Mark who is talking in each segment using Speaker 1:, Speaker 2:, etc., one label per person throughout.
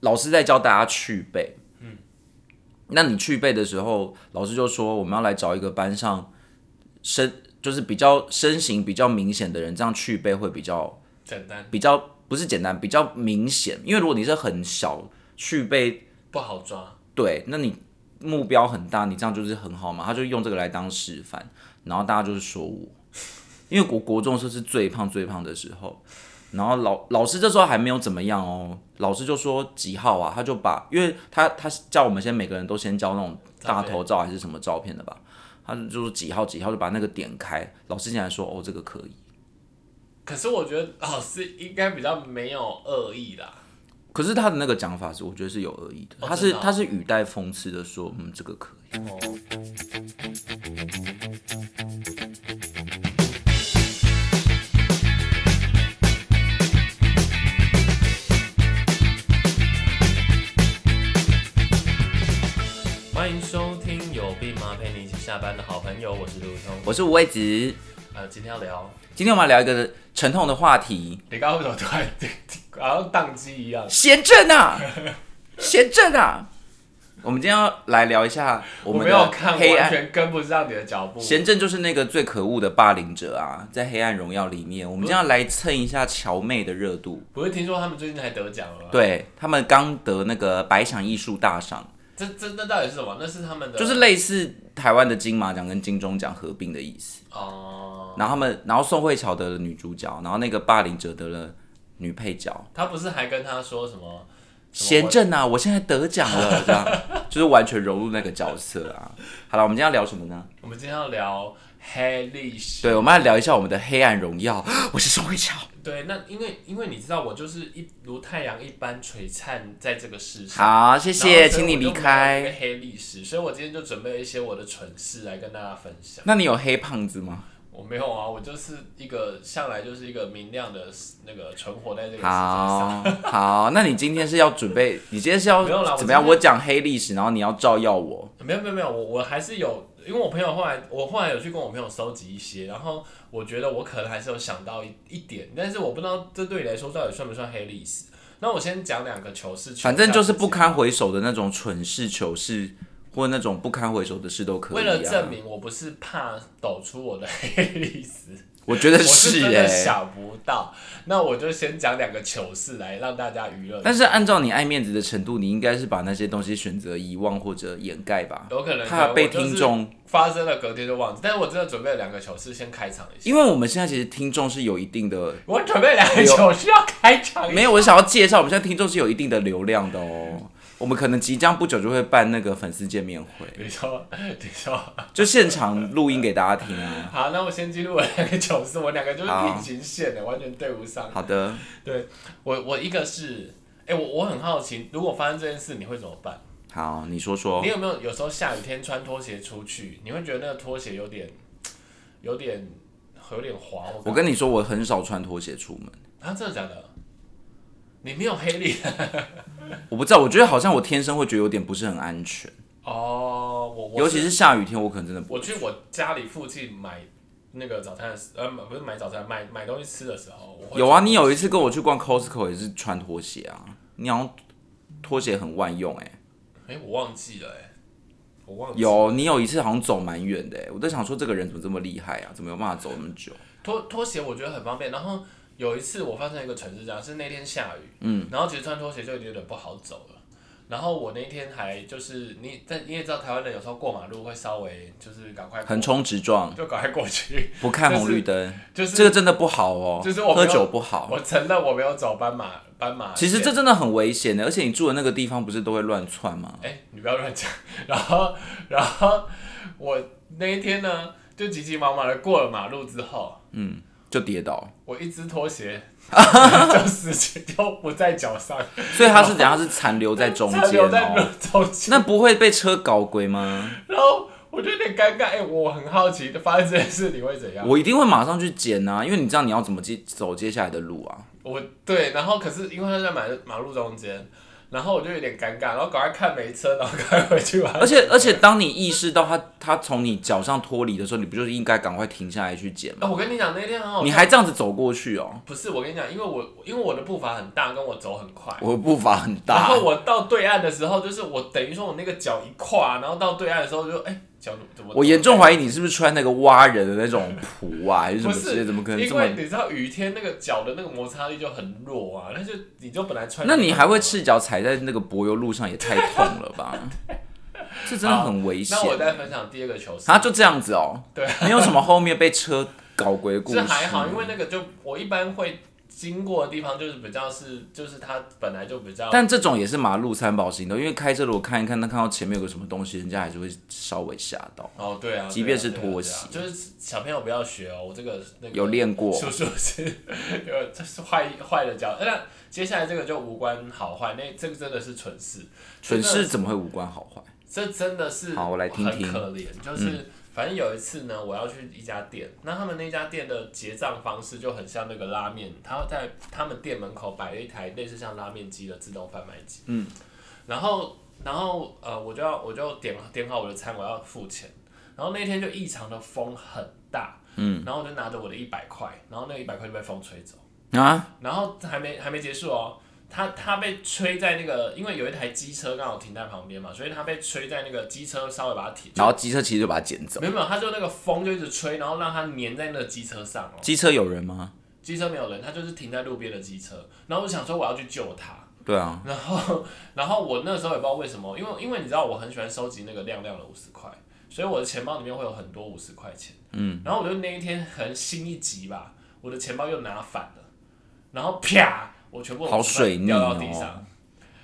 Speaker 1: 老师在教大家去背，那你去背的时候，老师就说我们要来找一个班上身就是比较身形比较明显的人，这样去背会比较
Speaker 2: 简单
Speaker 1: 比较不是简单，比较明显。因为如果你是很小去背，
Speaker 2: 不好抓，
Speaker 1: 对，那你目标很大，你这样就是很好嘛。他就用这个来当示范，然后大家就是说我，因为我国中的时候是最胖最胖的时候，然后老老师这时候还没有怎么样哦，老师就说几号啊，他就把，因为他他叫我们先每个人都先交那种大头照还是什么照片的吧，他就说几号几号就把那个点开，老师竟然说哦这个可以。
Speaker 2: 可是我觉得老师应该比较没有恶意啦，
Speaker 1: 可是他的那个讲法是，我觉得是有恶意的。
Speaker 2: 哦
Speaker 1: 他是
Speaker 2: 真的哦
Speaker 1: 他是语带讽刺的说，嗯，这个可以。
Speaker 2: 欢迎收听有病吗？陪你一起下班的好朋友，我是卢通。
Speaker 1: 我是五位子，
Speaker 2: 呃，今天要聊，
Speaker 1: 今天我们来聊一个沉痛的话题，
Speaker 2: 你刚刚为什么突然 好像宕机一样？
Speaker 1: 贤正 啊，贤正啊。我们今天要来聊一下我
Speaker 2: 我
Speaker 1: 们
Speaker 2: 没有
Speaker 1: 的
Speaker 2: 看，
Speaker 1: 黑
Speaker 2: 完
Speaker 1: 暗。
Speaker 2: 全跟不上你的脚步。
Speaker 1: 贤正就是那个最可恶的霸凌者啊，在《黑暗荣耀》里面，我们今天要来蹭一下乔妹的热度。
Speaker 2: 不是听说他们最近还得奖了啊吗？
Speaker 1: 对他们刚得那个百想艺术大赏，
Speaker 2: 这这那到底是什么？那是他们的
Speaker 1: 就是类似台湾的金马奖跟金钟奖合并的意思。
Speaker 2: 哦，
Speaker 1: 然后他们，然后宋慧乔得了女主角，然后那个霸凌者得了女配角。
Speaker 2: 他不是还跟他说什么？
Speaker 1: 贤正啊，我现在得奖了，这 样就是完全融入那个角色啊。好了，我们今天要聊什么呢？
Speaker 2: 我们今天要聊黑历史。
Speaker 1: 对，我们要聊一下我们的黑暗荣耀。 我是宋慧乔，
Speaker 2: 对，那因为因为你知道，我就是一如太阳一般璀璨在这个世上。
Speaker 1: 好，谢谢，
Speaker 2: 然后所以
Speaker 1: 请你
Speaker 2: 我
Speaker 1: 离
Speaker 2: 就没有一
Speaker 1: 开。
Speaker 2: 个黑历史，所以我今天就准备了一些我的蠢事来跟大家分享。
Speaker 1: 那你有黑胖子吗？
Speaker 2: 我没有啊，我就是一个向来就是一个明亮的那个存活在这个世界上。
Speaker 1: 好好，那你今天是要准备，你今天是要
Speaker 2: 没有啦我
Speaker 1: 怎么样？
Speaker 2: 今
Speaker 1: 我
Speaker 2: 天
Speaker 1: 讲黑历史，然后你要照耀我。
Speaker 2: 没有没有没有，我我还是有，因为我朋友后来我后来有去跟我朋友收集一些，然后我觉得我可能还是有想到一一点，但是我不知道这对你来说到底算不算黑历史。那我先讲两个糗事，
Speaker 1: 反正就是不堪回首的那种蠢事、糗事，或那种不堪回首的事都可以、啊。
Speaker 2: 为了证明我不是怕抖出我的黑历史，
Speaker 1: 我觉得
Speaker 2: 我是真
Speaker 1: 哎、
Speaker 2: 的想不到。那我就先讲两个糗事来让大家娱乐一下，
Speaker 1: 但是按照你爱面子的程度，你应该是把那些东西选择遗忘或者掩盖吧，
Speaker 2: 有可能
Speaker 1: 怕被
Speaker 2: 可能我就是
Speaker 1: 听众。
Speaker 2: 发生了隔天就忘记。但是我真的准备了两个糗事先开场一下，
Speaker 1: 因为我们现在其实听众是有一定的，
Speaker 2: 我准备两个
Speaker 1: 哎呦
Speaker 2: 糗事要开场一下
Speaker 1: 没有，我想要介绍，我们现在听众是有一定的流量的哦。我们可能即将不久就会办那个粉丝见面 会，
Speaker 2: 你说，你说，
Speaker 1: 就现场录音给大家听 啊。
Speaker 2: 好，那我先记录我两个糗事，我两个就是
Speaker 1: 好
Speaker 2: 平行线的，完全对不上。
Speaker 1: 好的，
Speaker 2: 对我，我一个是，哎、我我很好奇，如果发生这件事，你会怎么办？
Speaker 1: 好，你说说
Speaker 2: 你。有没有有时候下雨天穿拖鞋出去，你会觉得那个拖鞋有点，有点，有点滑？我
Speaker 1: 我跟你说，我很少穿拖鞋出门，
Speaker 2: 啊，真的假的？你没有黑历史
Speaker 1: 我不知道，我觉得好像我天生会觉得有点不是很安全，
Speaker 2: 哦，我我
Speaker 1: 尤其是下雨天，我可能真的不。
Speaker 2: 我去我家里附近买那个早餐的时，呃，不是买早餐，买买东西吃的时候，我会
Speaker 1: 有啊，你有一次跟我去逛 Costco 也是穿拖鞋啊，你好像拖鞋很万用哎、
Speaker 2: 哎、我忘记了、哎，我忘记了
Speaker 1: 有，你有一次好像走蛮远的哎、我在想说这个人怎么这么厉害啊，怎么有办法走那么久？
Speaker 2: 拖拖鞋我觉得很方便。然后有一次我发生一个蠢事，这样是那天下雨，嗯，然后其实穿拖鞋就有点不好走了。然后我那天还就是你，但你也知道台湾人有时候过马路会稍微就是赶快过
Speaker 1: 横冲直撞，
Speaker 2: 就赶快过去，
Speaker 1: 不看红绿灯，
Speaker 2: 就是
Speaker 1: 这个真的不好哦，
Speaker 2: 就是我没
Speaker 1: 喝
Speaker 2: 有
Speaker 1: 酒不好。
Speaker 2: 我承认我没有走斑马斑马
Speaker 1: 其
Speaker 2: 线。
Speaker 1: 实这真的很危险的，而且你住的那个地方不是都会乱窜吗？
Speaker 2: 哎、你不要乱讲。然后， 然后我那一天呢，就急急忙忙的过了马路之后，
Speaker 1: 就跌 倒，
Speaker 2: 我一只拖鞋就失去，就不在脚上，
Speaker 1: 所以它是怎样？它是残留在中间
Speaker 2: 它留在路
Speaker 1: 哦，
Speaker 2: 中间。
Speaker 1: 那不会被车搞鬼吗？
Speaker 2: 然后我就有点尴尬，哎、我很好奇，发生这件事你会怎样？
Speaker 1: 我一定会马上去捡啊，因为你知道你要怎么接走接下来的路啊。
Speaker 2: 我对，然后可是因为他在马马路中间，然后我就有点尴尬，然后赶快看没车，然后赶快回去把它
Speaker 1: 而且而且，当你意识到他他从你脚上脱离的时候，你不就是应该赶快停下来去捡
Speaker 2: 哎、
Speaker 1: 吗？
Speaker 2: 我跟你讲，那天很好笑。
Speaker 1: 你还这样子走过去哦，
Speaker 2: 不是我跟你讲，因为我因为我的步伐很大，跟我走很快。
Speaker 1: 我步伐很
Speaker 2: 然
Speaker 1: 大
Speaker 2: 后，我到对岸的时候，就是我等于说我那个脚一跨，然后到对岸的时候就哎脚、怎么？
Speaker 1: 我严重怀疑你是不是穿那个蛙人的那种蹼啊，还是什
Speaker 2: 不
Speaker 1: 么之类，
Speaker 2: 是，
Speaker 1: 怎么可能这
Speaker 2: 因
Speaker 1: 么
Speaker 2: 为？你知道雨天那个脚的那个摩擦力就很弱啊，那就你就本来穿
Speaker 1: 那你还会赤脚踩在那个柏油路上，也太痛了 吧？这真的很危险
Speaker 2: 那。我再分享第二个球是
Speaker 1: 啊，就这样子哦。
Speaker 2: 对，
Speaker 1: 没有什么后面被车搞鬼的故事。
Speaker 2: 是还好，因为那个就我一般会经过的地方就是比较是，就是它本来就比较。
Speaker 1: 但这种也是马路三宝行动，因为开车如果看一看，那看到前面有个什么东西，人家还是会稍微吓到。
Speaker 2: 哦，对啊，
Speaker 1: 即便
Speaker 2: 对啊
Speaker 1: 是
Speaker 2: 对啊
Speaker 1: 拖
Speaker 2: 对啊
Speaker 1: 鞋
Speaker 2: 就是小朋友不要学哦，我这个那个
Speaker 1: 有练过，
Speaker 2: 叔叔 是有这是坏坏的脚。那接下来这个就无关好坏，那这个真的是蠢事，
Speaker 1: 蠢
Speaker 2: 真
Speaker 1: 事
Speaker 2: 的，
Speaker 1: 怎么会无关好坏？
Speaker 2: 这真的是
Speaker 1: 好我来听听嗯
Speaker 2: 很可怜，就是。反正有一次呢，我要去一家店，那他们那家店的结账方式就很像那个拉面，他在他们店门口摆了一台类似像拉面机的自动贩卖机，嗯，然后然后呃，我就要我就点点好我的餐，我要付钱，然后那天就异常的风很大，嗯，然后我就拿着我的一百块，然后那一百块就被风吹走。
Speaker 1: 啊，
Speaker 2: 然后还没还没结束哦，他他被吹在那个，因为有一台机车刚好停在旁边嘛，所以他被吹在那个机车稍微把它停，
Speaker 1: 然后机车其实就把它捡走。
Speaker 2: 没有没有，他就那个风就一直吹，然后让它粘在那个机车上哦。
Speaker 1: 机车有人吗？
Speaker 2: 机车没有人，他就是停在路边的机车，然后我想说我要去救他，
Speaker 1: 对啊，
Speaker 2: 然后，然后我那时候也不知道为什么，因为因为你知道我很喜欢收集那个亮亮的五十块，所以我的钱包里面会有很多五十块钱。嗯，然后我就那一天可能心一急吧，我的钱包又拿反了，然后啪，我全部
Speaker 1: 好水逆
Speaker 2: 掉
Speaker 1: 哦
Speaker 2: 到地上，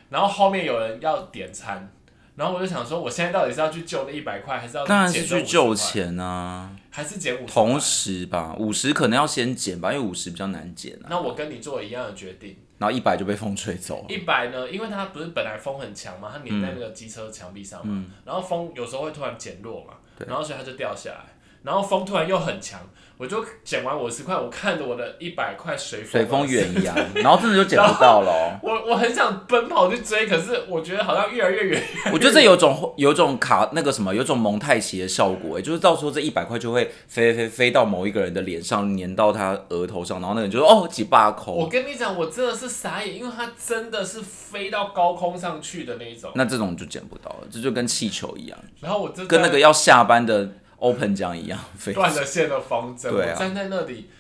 Speaker 2: 然后后面有人要点餐。然后我就想说，我现在到底是要去救那一百块，还是要
Speaker 1: 当然是
Speaker 2: 捡这
Speaker 1: 去
Speaker 2: 50
Speaker 1: 救
Speaker 2: 块，
Speaker 1: 钱啊。
Speaker 2: 还是捡五十？
Speaker 1: 同时吧，五十可能要先捡吧，因为五十比较难捡啊。
Speaker 2: 那我跟你做一样的决定，
Speaker 1: 然后一百就被风吹走 了。
Speaker 2: 一百呢，因为它不是本来风很强嘛，它
Speaker 1: 嗯
Speaker 2: 粘在那个机车墙壁上嘛，然后风有时候会突然减弱嘛，然后所以它就掉下来，然后风突然又很强，我就捡完我十块，我看着我的一百块随风
Speaker 1: 随风
Speaker 2: 而逝，
Speaker 1: 远扬，然后真的就捡不到了 哦、
Speaker 2: 我我很想奔跑去追，可是我觉得好像越来越远，
Speaker 1: 我觉得这有种有种卡那个什么，有种蒙太奇的效果、欸，就是到时候这一百块就会飞飞飞到某一个人的脸上，粘到他额头上，然后那个人就说哦几把
Speaker 2: 我
Speaker 1: 口，
Speaker 2: 跟你讲，我真的是傻眼，因为它真的是飞到高空上去的那一种，
Speaker 1: 那这种就捡不到了，这就跟气球一样，
Speaker 2: 然后我真的
Speaker 1: 跟那个要下班的 open 奖一样飞。
Speaker 2: 断了线的方针，
Speaker 1: 对啊
Speaker 2: 我站在那里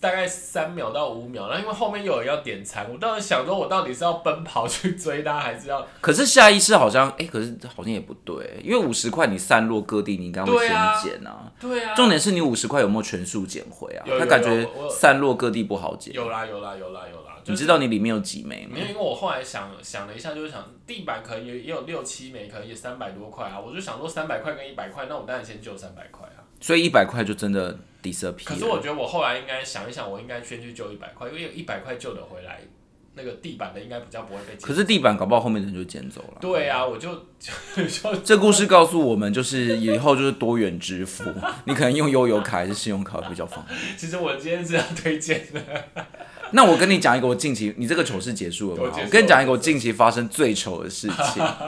Speaker 2: 大概三秒到五秒，然后因为后面有人要点餐，我当时想说，我到底是要奔跑去追他，还是要
Speaker 1: 可是下意识好像，哎、可是好像也不对，因为五十块你散落各地，你应该会
Speaker 2: 对
Speaker 1: 先
Speaker 2: 啊
Speaker 1: 捡啊。
Speaker 2: 对啊？
Speaker 1: 重点是你五十块有没有全数捡回啊
Speaker 2: 有？有
Speaker 1: 他感觉
Speaker 2: 有我有
Speaker 1: 散落各地不好捡。
Speaker 2: 有啦有啦有啦有啦，就
Speaker 1: 你
Speaker 2: 是嗯
Speaker 1: 知道你里面有几枚吗
Speaker 2: 没？有，因为我后来想想了一下，就是想地板可能也也有六七枚，可能也三百多块啊，我就想说三百块跟一百块，那我当然先救三百块啊。
Speaker 1: 所以一百块就真的 disappear。
Speaker 2: 可是我觉得我后来应该想一想，我应该先去救一百块，因为一百块救得回来，那个地板的应该比较不会被捡。
Speaker 1: 可是地板搞不好后面的人就捡走了。
Speaker 2: 对啊，我就就就
Speaker 1: 这故事告诉我们，就是以后就是多元支付，你可能用悠游卡还是信用卡比较方便。
Speaker 2: 其实我今天是要推荐的，
Speaker 1: 那我跟你讲一个我近期，你这个糗事结束了
Speaker 2: 我
Speaker 1: 吗
Speaker 2: 结束？了
Speaker 1: 我跟你讲一个我近期发生最糗的事情，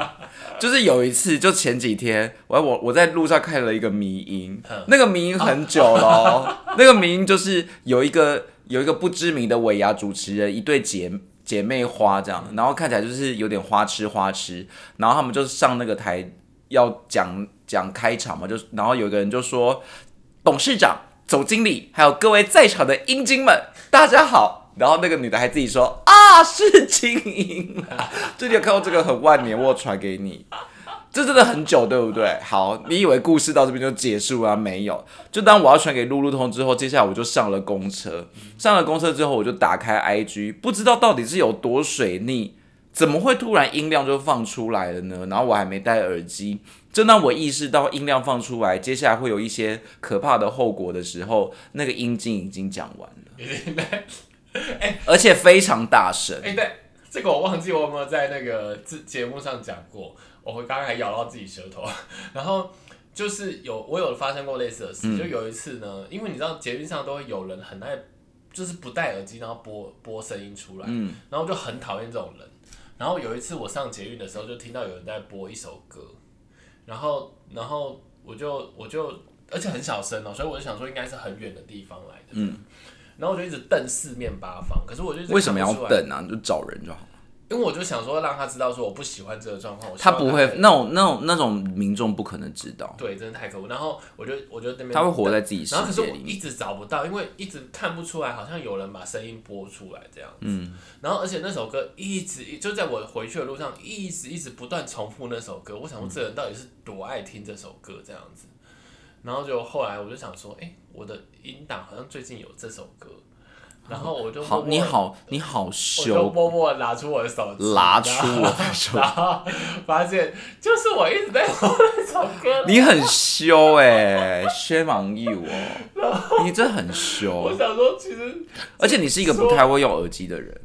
Speaker 1: 就是有一次，就前几天，我我我在路上看了一个迷音，
Speaker 2: 嗯
Speaker 1: 那个迷音很久了 哦、那个迷音就是有一个有一个不知名的尾牙主持人，一对姐。姐妹花这样，然后看起来就是有点花痴花痴，然后他们就上那个台要讲讲开场嘛，就然后有一个人就说董事长、总经理，还有各位在场的英精们，大家好。然后那个女的还自己说啊，是精英啊。这你有看过这个很万年，我有传给你。这真的很久，对不对？好，你以为故事到这边就结束啊？没有，就当我要传给路路通之后，接下来我就上了公车，上了公车之后，我就打开 IG，不知道到底是有多水逆，怎么会突然音量就放出来了呢？然后我还没戴耳机，正当我意识到音量放出来，接下来会有一些可怕的后果的时候，那个音镜已经讲完了，
Speaker 2: 已经在
Speaker 1: 而且非常大声。
Speaker 2: 哎、对，这个我忘记我有没有在那个节节目上讲过，我刚刚还咬到自己舌头， 然后就是有我有发生过类似的
Speaker 1: 嗯
Speaker 2: 事，就有一次呢，因为你知道捷运上都会有人很
Speaker 1: 嗯
Speaker 2: 爱，就是不戴耳机然后播播声音出来，然后我就很讨厌这种人。然后有一次我上捷运的时候，就听到有人在播一首歌，然后然后我就我就而且很小声哦、所以我就想说应该是很远的地方来的，嗯，然后我就一直瞪四面八方，可是我就一直
Speaker 1: 为什么要
Speaker 2: 看不出来？
Speaker 1: 等啊？你就找人就好了。
Speaker 2: 因为我就想说让他知道说我不喜欢这个状况，我希
Speaker 1: 他
Speaker 2: 望
Speaker 1: 不会
Speaker 2: 可以
Speaker 1: 那种那种那种民众不可能知道，
Speaker 2: 对，真的太可恶。然后我就我就那边
Speaker 1: 他会活在自己世
Speaker 2: 然后可是
Speaker 1: 界
Speaker 2: 我
Speaker 1: 里面。
Speaker 2: 一直找不到，因为一直看不出来，好像有人把声音播出来这样子。嗯。然后而且那首歌一直就在我回去的路上，一直一直不断重复那首歌。
Speaker 1: 嗯
Speaker 2: 我想说这人到底是多爱听这首歌这样子。然后就后来我就想说，哎、我的音档好像最近有这首歌，然后我就
Speaker 1: 好，
Speaker 2: 默默
Speaker 1: 你，好，你好
Speaker 2: 我就
Speaker 1: 羞，
Speaker 2: 默默拿出我的手机，
Speaker 1: 拿出
Speaker 2: 然后
Speaker 1: 我的手，
Speaker 2: 然后发现就是我一直在播那首 歌。
Speaker 1: 你很羞哎、欸、，shame on you 哦，你真的很
Speaker 2: 我
Speaker 1: 羞，
Speaker 2: 想说，其实
Speaker 1: 而且你是一个不太会用耳机的人，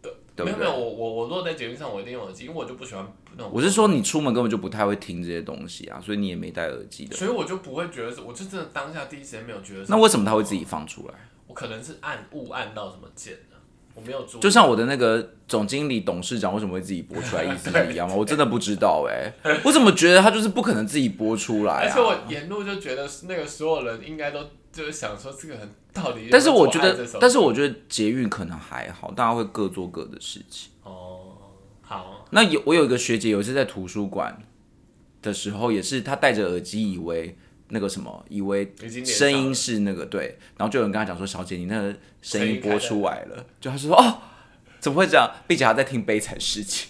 Speaker 1: 对不
Speaker 2: 没有没
Speaker 1: 对
Speaker 2: 有，？我我我落在捷运上，我一定用耳机，因为我就不喜欢那种。
Speaker 1: 我是说，你出门根本就不太会听这些东西啊，所以你也没戴耳机的。
Speaker 2: 所以我就不会觉得是，我就真的当下第一时间没有觉得。
Speaker 1: 那为什么他会自己？放出来？
Speaker 2: 我可能是按误按到什么键呢、我没有注意。
Speaker 1: 就像我的那个总经理、董事长为什么会自己播出来，意思一样吗？我真的不知道 哎、我怎么觉得他就是不可能自己播出来
Speaker 2: 而
Speaker 1: 啊？
Speaker 2: 且我沿路就觉得那个所有人应该都就是想说这个人到底有没有
Speaker 1: 但是我觉
Speaker 2: 做爱这
Speaker 1: 得
Speaker 2: 首，
Speaker 1: 但是我觉得捷运可能还好，大家会各做各的事情。
Speaker 2: 哦，好，
Speaker 1: 那有我有一个学姐，有一次在图书馆的时候，也是她戴着耳机，以为那个什么，以为
Speaker 2: 已经连上
Speaker 1: 声
Speaker 2: 了
Speaker 1: 音是那个对，然后就有人跟她讲说：“小姐，你那个声
Speaker 2: 声
Speaker 1: 音
Speaker 2: 音
Speaker 1: 播出来了。”就她说：“哦，怎么会这样？”并且她在听《悲惨世 界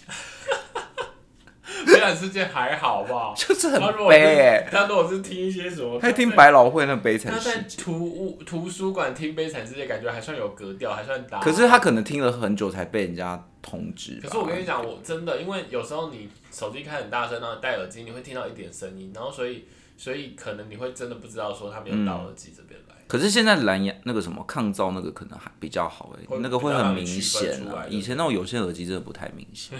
Speaker 2: 悲惨世界还好不好？》，
Speaker 1: 就是 很
Speaker 2: 他如果是
Speaker 1: 悲哎、
Speaker 2: 他如果是听一些什么，
Speaker 1: 她在听百老汇那《悲惨
Speaker 2: 他
Speaker 1: 世
Speaker 2: 在
Speaker 1: 界
Speaker 2: 图物图书馆听《悲惨世界》，感觉还算有格调，还算搭。》，
Speaker 1: 可是她可能听了很久才被人家通知吧。
Speaker 2: 可是我跟你讲，我真的，因为有时候你手机开很大声，然后戴耳机，你会听到一点声音，然后所以所以可能你会真的不知道说他没有到耳机这边来。
Speaker 1: 可是现在蓝牙那个什么抗噪那个可能还比较好哎、
Speaker 2: 会
Speaker 1: 那个
Speaker 2: 比较
Speaker 1: 会
Speaker 2: 让
Speaker 1: 很
Speaker 2: 你
Speaker 1: 明
Speaker 2: 区分
Speaker 1: 显
Speaker 2: 出
Speaker 1: 啊
Speaker 2: 来对。不
Speaker 1: 以前那种有线耳机真的不太明显。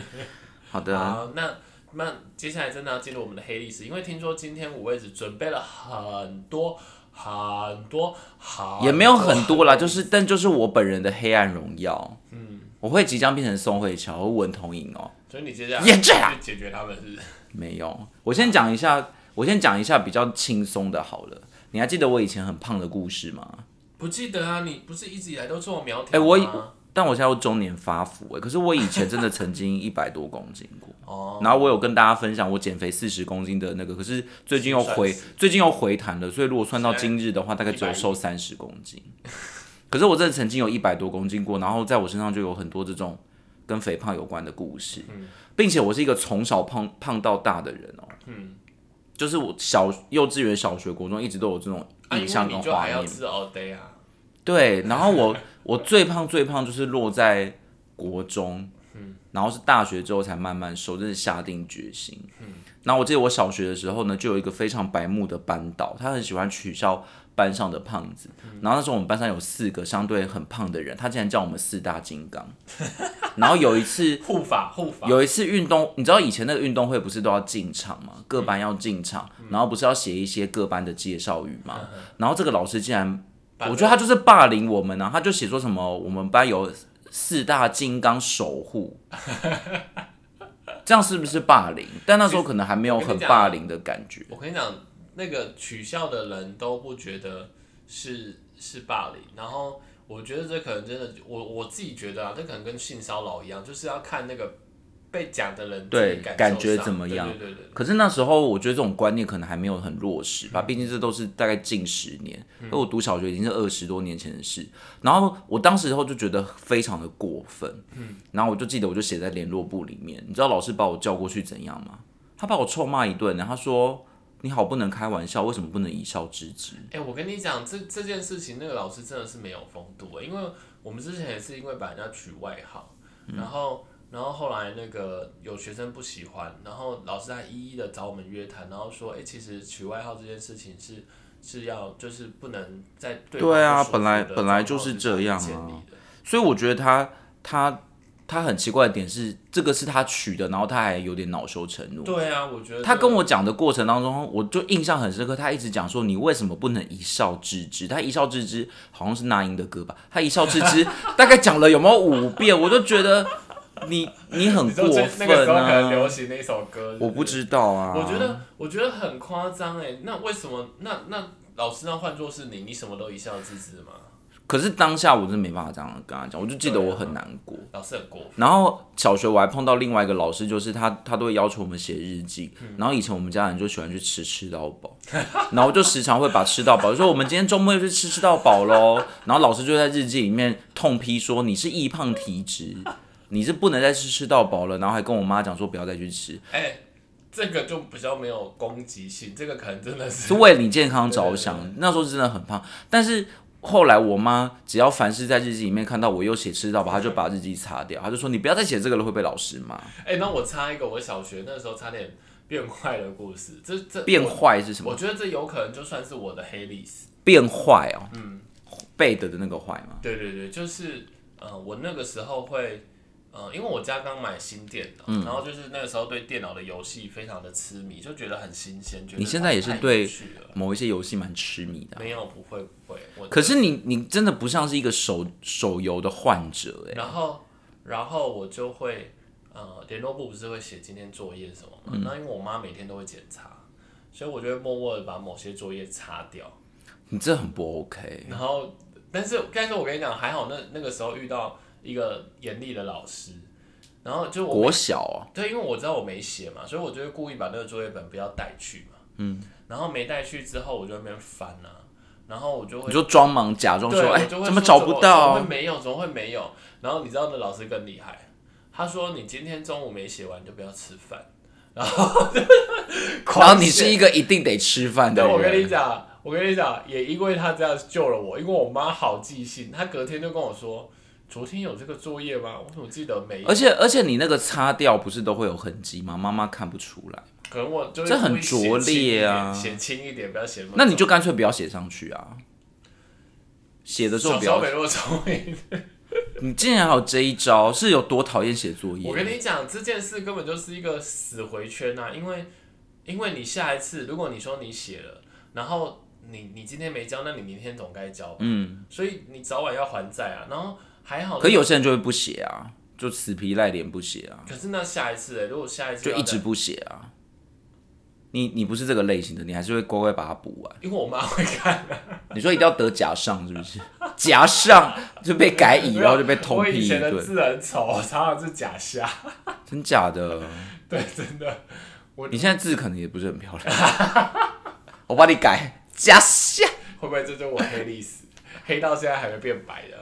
Speaker 1: 好的，啊
Speaker 2: 好，那那接下来真的要进入我们的黑历史，因为听说今天五位只准备了很多很多好，
Speaker 1: 也没有很多啦，就是但就是我本人的黑暗荣耀，
Speaker 2: 嗯，
Speaker 1: 我会即将变成宋慧乔和文童莹哦。
Speaker 2: 所以你接下来
Speaker 1: 也这样
Speaker 2: 去解决他们是不是？
Speaker 1: 没有，我先讲一下，我先讲一下比较轻松的好了。你还记得我以前很胖的故事吗？
Speaker 2: 不记得啊，你不是一直以来都做苗条吗？
Speaker 1: 哎我以但我现在又中年发福哎、可是我以前真的曾 经一百多公斤过。
Speaker 2: 哦，
Speaker 1: 然后我有跟大家分享我减肥四十公斤的那个，可是最近又回
Speaker 2: 算
Speaker 1: 最近又回弹了，所以如果算到今日的话，大概只有瘦三十公 斤。可是我真的曾经有一百多公斤过，然后在我身上就有很多这种跟肥胖有关的故事，并且我是一个从小胖胖到大的人哦，
Speaker 2: 嗯，
Speaker 1: 就是我小幼稚园、小学、国中一直都有这种
Speaker 2: 啊，
Speaker 1: 印
Speaker 2: 因为
Speaker 1: 象跟
Speaker 2: 你就
Speaker 1: 画
Speaker 2: 还
Speaker 1: 面
Speaker 2: 要。吃 all day 啊，
Speaker 1: 对，然后我我最胖最胖就是落在国中，然后是大学之后才慢慢瘦，真是下定决心。然后我记得我小学的时候呢，就有一个非常白目的班导，他很喜欢取笑班上的胖子。然后那时候我们班上有四个相对很胖的人，他竟然叫我们四大金刚。 然后有一次，
Speaker 2: 护法护法，
Speaker 1: 有一次运动，你知道以前那个运动会不是都要进场吗？各班要进场，然后不是要写一些各班的介绍语吗？然后这个老师竟然，
Speaker 2: 把
Speaker 1: 我觉得他就是嗯霸凌我们啊！他就写说什么我们班有四大金刚守 护，这样是不是霸凌？但那时候可能还没有很霸凌的感觉。
Speaker 2: 我跟你讲，那个取笑的人都不觉得是是霸凌，然后我觉得这可能真的，我我自己觉得啊，这可能跟性骚扰一样，就是要看那个被讲的人
Speaker 1: 对
Speaker 2: 自己感
Speaker 1: 感
Speaker 2: 受
Speaker 1: 觉
Speaker 2: 上
Speaker 1: 怎么样
Speaker 2: 对对对对，
Speaker 1: 可是那时候，我觉得这种观念可能还没有很落实吧，毕竟这都是大概近十年，因为我读小学已经是二十多年前的事。然后我当时候就觉得非常的过分，然后我就记得我就写在联络簿里面，你知道老师把我叫过去怎样吗？他把我臭骂一顿，然后他说：“你好，不能开玩笑，为什么不能以笑置之
Speaker 2: 哎、我跟你讲，这这件事情，那个老师真的是没有风度、欸因为我们之前也是因为把人家取外号，
Speaker 1: 嗯
Speaker 2: 然后然后后来那个有学生不喜欢，然后老师还一一的找我们约谈，然后说，哎、其实取外号这件事情是是要就是不能在对方
Speaker 1: 对啊
Speaker 2: 不舒服的
Speaker 1: 本来
Speaker 2: 状
Speaker 1: 本来
Speaker 2: 况
Speaker 1: 就是
Speaker 2: 之
Speaker 1: 这
Speaker 2: 下
Speaker 1: 样
Speaker 2: 建
Speaker 1: 啊
Speaker 2: 立的？”
Speaker 1: 所以我觉得他他他很奇怪的点是，这个是他取的，然后他还有点恼羞成怒。
Speaker 2: 对啊，我觉得
Speaker 1: 他跟
Speaker 2: 我
Speaker 1: 我讲的过程当中，我就印象很深刻。他一直讲说你为什么不能一笑置之？他一笑置 之好像是那英的歌吧？他一笑置之大概讲了有没有五遍？我就觉得 你你很
Speaker 2: 你知
Speaker 1: 过
Speaker 2: 道最那个时
Speaker 1: 分
Speaker 2: 候可能流
Speaker 1: 啊！
Speaker 2: 行那首歌是不是
Speaker 1: 我不知道啊，
Speaker 2: 我觉得我觉得很夸张哎，那为什么？那那老师那换作是你，你什么都一笑置之吗？
Speaker 1: 可是当下我真没办法这样跟他讲，我就记得
Speaker 2: 对啊
Speaker 1: 我很难过。
Speaker 2: 老师很过分，
Speaker 1: 然后小学我还碰到另外一个老师，就是他，他都会要求我们写日记。
Speaker 2: 嗯
Speaker 1: 然后以前我们家人就喜欢去吃吃到饱，然后就时常会把吃到饱就说我们今天周末要去吃吃到饱喽。然后老师就在日记里面痛批说你是易胖体 质，你是不能再吃吃到饱了。然后还跟我妈讲说不要再去吃，
Speaker 2: 哎、这个就比较没有攻击性，这个可能真的是
Speaker 1: 是为你健康着
Speaker 2: 对
Speaker 1: 想。那时候真的很胖，但是后来我妈只要凡是在日记里面看到我又写吃到饱，她就把日记擦掉，她就说你不要再写这个了，会被老师骂。
Speaker 2: 哎、那我插一个，我小学那时候差点变坏的故事，这这
Speaker 1: 变
Speaker 2: 我
Speaker 1: 坏是什么
Speaker 2: 我？觉得这有可能就算是我的黑历史。
Speaker 1: 变坏哦，嗯，贝德的那个坏吗？
Speaker 2: 对对对，就是呃，我那个时候会呃，因为我家刚买新电脑，
Speaker 1: 嗯
Speaker 2: 然后就是那个时候对电脑的游戏非常的痴迷，就觉得很新鲜。觉得
Speaker 1: 你现在也是
Speaker 2: 太有
Speaker 1: 对
Speaker 2: 趣了
Speaker 1: 某一些游戏蛮痴迷的啊、
Speaker 2: 没有不会不会，我
Speaker 1: 可是你你真的不像是一个手手游的患者哎、
Speaker 2: 然后然后我就会呃，联络部不是会写今天作业什么
Speaker 1: 嗯
Speaker 2: 嘛？那、因为我妈每天都会检查，所以我就会默默的把某些作业擦掉。
Speaker 1: 你这很不 OK。
Speaker 2: 然后，但是但是我跟你讲，还好那那个时候遇到一个严厉的老师，然后就我
Speaker 1: 国小啊，
Speaker 2: 对，因为我知道我没写嘛，所以我就会故意把那个作业本不要带去嘛。嗯。然后没带去之后，我就在那边翻啊，然后我就会
Speaker 1: 你就装忙假装
Speaker 2: 对，
Speaker 1: 说，
Speaker 2: 我
Speaker 1: 哎、
Speaker 2: 就会
Speaker 1: 怎么
Speaker 2: 说
Speaker 1: 找
Speaker 2: 怎
Speaker 1: 不
Speaker 2: 怎么
Speaker 1: 到
Speaker 2: 会？没有，怎么会没有？然后你知道那老师更厉害，他说你今天中午没写完，你就不要吃饭。 然后就
Speaker 1: 然后
Speaker 2: 狂
Speaker 1: 你是
Speaker 2: 写
Speaker 1: 一个一定得吃饭的
Speaker 2: 对，我跟你
Speaker 1: 人，
Speaker 2: 讲，我跟你讲，也因为他这样救了我，因为我妈好记性，她隔天就跟我说，昨天有这个作业吗？我怎么记得没有？
Speaker 1: 而且而且你那个擦掉不是都会有痕迹吗？妈妈看不出来，
Speaker 2: 可能我就是
Speaker 1: 这很
Speaker 2: 故
Speaker 1: 拙
Speaker 2: 意写轻一
Speaker 1: 劣啊
Speaker 2: 点写轻一点，不要写么
Speaker 1: 那你
Speaker 2: 重
Speaker 1: 就干脆不要写上去啊。写的时候
Speaker 2: 小
Speaker 1: 不要
Speaker 2: 时候没，那么聪明。
Speaker 1: 你竟然还有这一招，是有多讨厌写作业？
Speaker 2: 我跟你讲，这件事根本就是一个死回圈啊！因为因为你下一次，如果你说你写了，然后你你今天没交，那你明天总该交吧？
Speaker 1: 嗯，
Speaker 2: 所以你早晚要还债啊。然后还好，
Speaker 1: 可有些人就会不写啊，就死皮赖脸不写啊，
Speaker 2: 可是那下一次、欸，如果下一次
Speaker 1: 就
Speaker 2: 要
Speaker 1: 一直
Speaker 2: 再，
Speaker 1: 不写啊。你你不是这个类型的，你还是会乖乖把它补完。
Speaker 2: 因为我妈会看、啊，
Speaker 1: 你说一定要得甲上是不 是？甲上就被改乙，然后就被痛
Speaker 2: 我
Speaker 1: 批
Speaker 2: 以
Speaker 1: 一
Speaker 2: 前的
Speaker 1: 顿，
Speaker 2: 字很丑，我常常是假瞎。
Speaker 1: 真假的？
Speaker 2: 对，真的，
Speaker 1: 你现在字可能也不是很漂亮， 我帮你改甲下，
Speaker 2: 会不会这就是我黑历史？ 黑到现在还没变白的。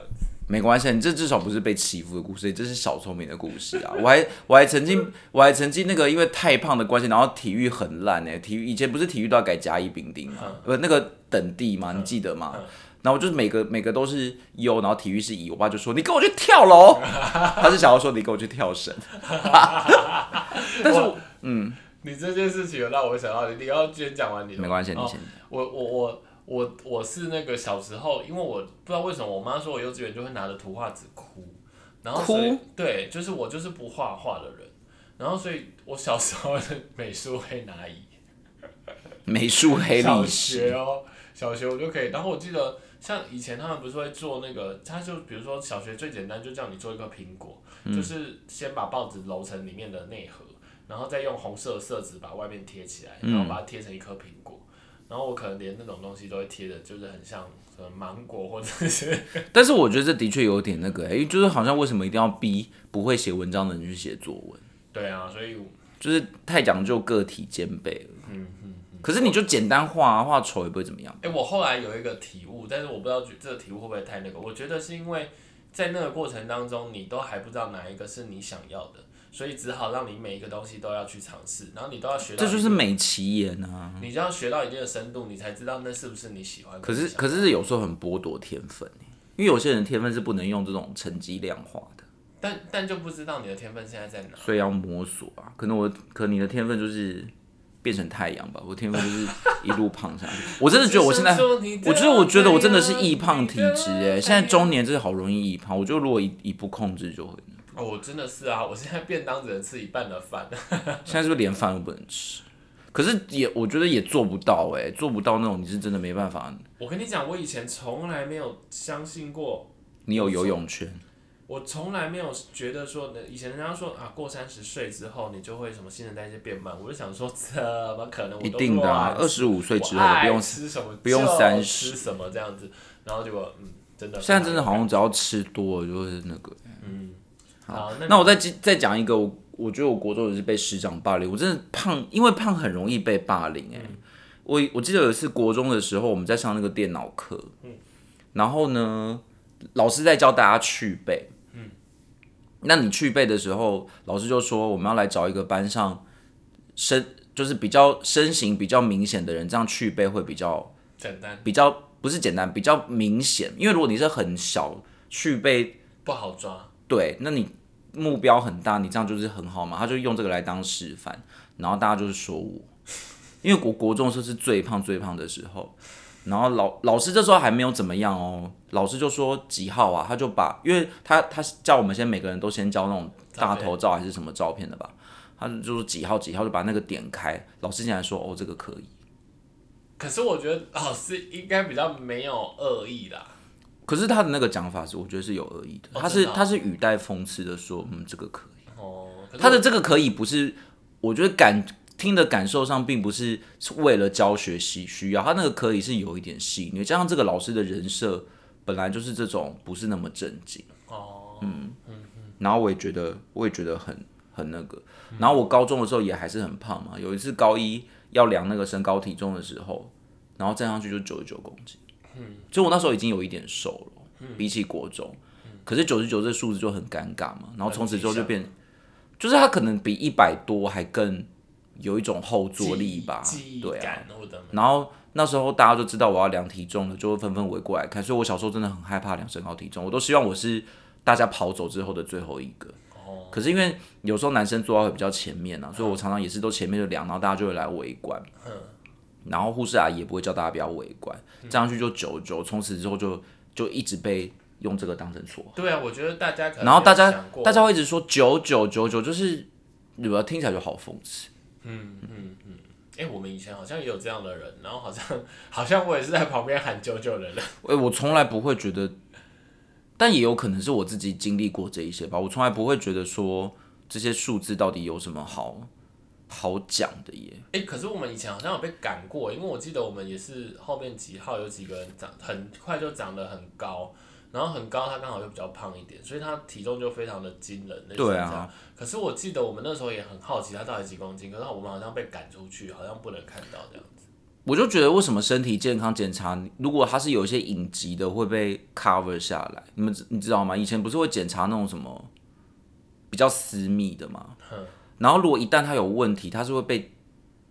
Speaker 1: 没关系，你这至少不是被欺负的故事，这是小聪明的故事啊！ 我还我还曾经我还曾经那个因为太胖的关系，然后体育很烂哎、体育以前不是体育都要改甲乙丙丁吗？呃，那个等地嘛，你记得吗？然后我就是每个每个都是优，然后体育是乙，我爸就说你跟我去跳楼， 他是想要说你跟我去跳绳，但是我嗯
Speaker 2: 你这件事情有让我想到你，你要先讲完你的吗
Speaker 1: 没关系，你
Speaker 2: 哦
Speaker 1: 先
Speaker 2: 我我我我我是那个小时候，因为我不知道为什么我妈说我幼稚园就会拿着图画纸哭，然后
Speaker 1: 哭
Speaker 2: 所以对，就是我就是不画画的人，然后所以我小时候的美术会拿一，
Speaker 1: 美术黑
Speaker 2: 小
Speaker 1: 历史，
Speaker 2: 学哦，小学我就可以，然后我记得像以前他们不是会做那个，他就比如说小学最简单就叫你做一个苹果，就是先把报纸揉成里面的内核，然后再用红色的色纸把外面贴起来，然后把它贴成一颗苹果。然后我可能连那种东西都会贴的，就是很像什么芒果或者是
Speaker 1: 但是我觉得这的确有点那个哎、因为就是好像为什么一定要逼不会写文章的人去写作文？
Speaker 2: 对啊，所以
Speaker 1: 就是太讲究个体兼备了。
Speaker 2: 嗯
Speaker 1: 可是你就简单画啊，画丑也不会怎么样。
Speaker 2: 哎、我后来有一个体悟，但是我不知道这个体悟会不会太那个。我觉得是因为在那个过程当中，你都还不知道哪一个是你想要的，所以只好让你每一个东西都要去尝试，然后你都要学到
Speaker 1: 这
Speaker 2: 一定，
Speaker 1: 就是美其言啊。
Speaker 2: 你就要学到一定的深度，你才知道那是不是你喜欢的。啊
Speaker 1: 可是可是有时候很剥夺天分欸，因为有些人天分是不能用这种成绩量化的，
Speaker 2: 但但就不知道你的天分现在在哪。
Speaker 1: 所以要摸索啊。可能我可能你的天分就是变成太阳吧，我天分就是一路胖下去。 我真的觉得我现在。我
Speaker 2: 我
Speaker 1: 觉得，我觉得我真的是易胖体质哎、现在中年真的好容易易胖。我觉得如果一一不控制就会，
Speaker 2: 哦，我真的是啊，我现在便当只能吃一半的饭。
Speaker 1: 现在是不是连饭都不能吃？可是也我觉得也做不到哎、做不到那种你是真的没办法。
Speaker 2: 我跟你讲，我以前从来没有相信过
Speaker 1: 你有游泳圈，
Speaker 2: 我从来没有觉得说，以前人家说啊，过三十岁之后你就会什么新陈代谢变慢，我就想说怎么可能？我
Speaker 1: 一
Speaker 2: 都
Speaker 1: 定的啊，
Speaker 2: 乱
Speaker 1: 二十五岁之后
Speaker 2: 我爱
Speaker 1: 不用。
Speaker 2: 吃什么，
Speaker 1: 不用30
Speaker 2: 吃什么这样子，然后结果嗯，真的
Speaker 1: 现在真的好像只要吃多了就是那个。
Speaker 2: 嗯，好，
Speaker 1: 那我
Speaker 2: 你
Speaker 1: 再继再讲一个，我我觉得我国中也是被师长霸凌，我真的胖，因为胖很容易被霸凌哎、我我记得有一次国中的时候，我们在上那个电脑课，然后呢，老师在教大家去背，那你去背的时候，老师就说我们要来找一个班上身就是比较身形比较明显的人，这样去背会比较
Speaker 2: 简单
Speaker 1: 比较不是简单，比较明显，因为如果你是很小去背
Speaker 2: 不好抓，
Speaker 1: 对，那你目标很大，你这样就是很好嘛。他就用这个来当示范，然后大家就是说我，因为我国中的时候是最胖最胖的时候，然后老老师这时候还没有怎么样哦，老师就说几号啊，他就把，因为他他叫我们先每个人都先交那种大头照还是什么照片的吧，他就说几号几号就把那个点开，老师竟然说哦这个可以，
Speaker 2: 可是我觉得老师应该比较没有恶意啦，
Speaker 1: 可是他的那个讲法是我觉得是有恶意的，
Speaker 2: 哦
Speaker 1: 他
Speaker 2: 真
Speaker 1: 是
Speaker 2: 的哦
Speaker 1: 他是语带讽刺的说嗯这个可以。
Speaker 2: 哦，可是
Speaker 1: 他的这个可以不是，我觉得感听的感受上，并不是是为了教学习需要，他那个可以是有一点戏虐，加上这个老师的人设本来就是这种不是那么正经，
Speaker 2: 哦，嗯，
Speaker 1: 然后我也觉得我也觉得很很那个，然后我高中的时候也还是很胖嘛，有一次高一要量那个身高体重的时候，然后站上去就九十九公斤，嗯，就我那时候已经有一点瘦
Speaker 2: 嗯
Speaker 1: 了，比起国中。可是九十九这数字就很尴尬嘛，然后从此之后就变就是他可能比一百多还更有一种后坐力吧
Speaker 2: 记忆，
Speaker 1: 对啊。
Speaker 2: 感或者
Speaker 1: 然后那时候大家就知道我要量体重了，就会纷纷围过来看。所以我小时候真的很害怕量身高体重，我都希望我是大家跑走之后的最后一个。
Speaker 2: 哦，
Speaker 1: 可是因为有时候男生坐到会比较前面啊，所以我常常也是都前面就量，然后大家就会来围观。
Speaker 2: 嗯
Speaker 1: 然后护士阿姨也不会叫大家不要围观，这样去就久久，从此之后就就一直被用这个当成错。
Speaker 2: 对啊，我觉得大家可能
Speaker 1: 然后大
Speaker 2: 没
Speaker 1: 家
Speaker 2: 呃有想过
Speaker 1: 大家会一直说九九九九，就是你们听起来就好讽刺。
Speaker 2: 哎、我们以前好像也有这样的人，然后好像 好像我也是在旁边喊九九的人，
Speaker 1: 哎、我从来不会觉得，但也有可能是我自己经历过这一些吧。我从来不会觉得说这些数字到底有什么好好讲的耶。
Speaker 2: 哎、可是我们以前好像有被赶过，因为我记得我们也是后面几号有几个人长很快就长得很高，然后很高他刚好又比较胖一点，所以他体重就非常的惊人。类似
Speaker 1: 对
Speaker 2: 这样
Speaker 1: 啊，
Speaker 2: 可是我记得我们那时候也很好奇他到底几公斤，可是我们好像被赶出去，好像不能看到这样子。
Speaker 1: 我就觉得为什么身体健康检查，如果它是有一些隐疾的，会被 cover 下来。你们知你知道吗？以前不是会检查那种什么比较私密的吗？然后如果一旦它有问题，它是会被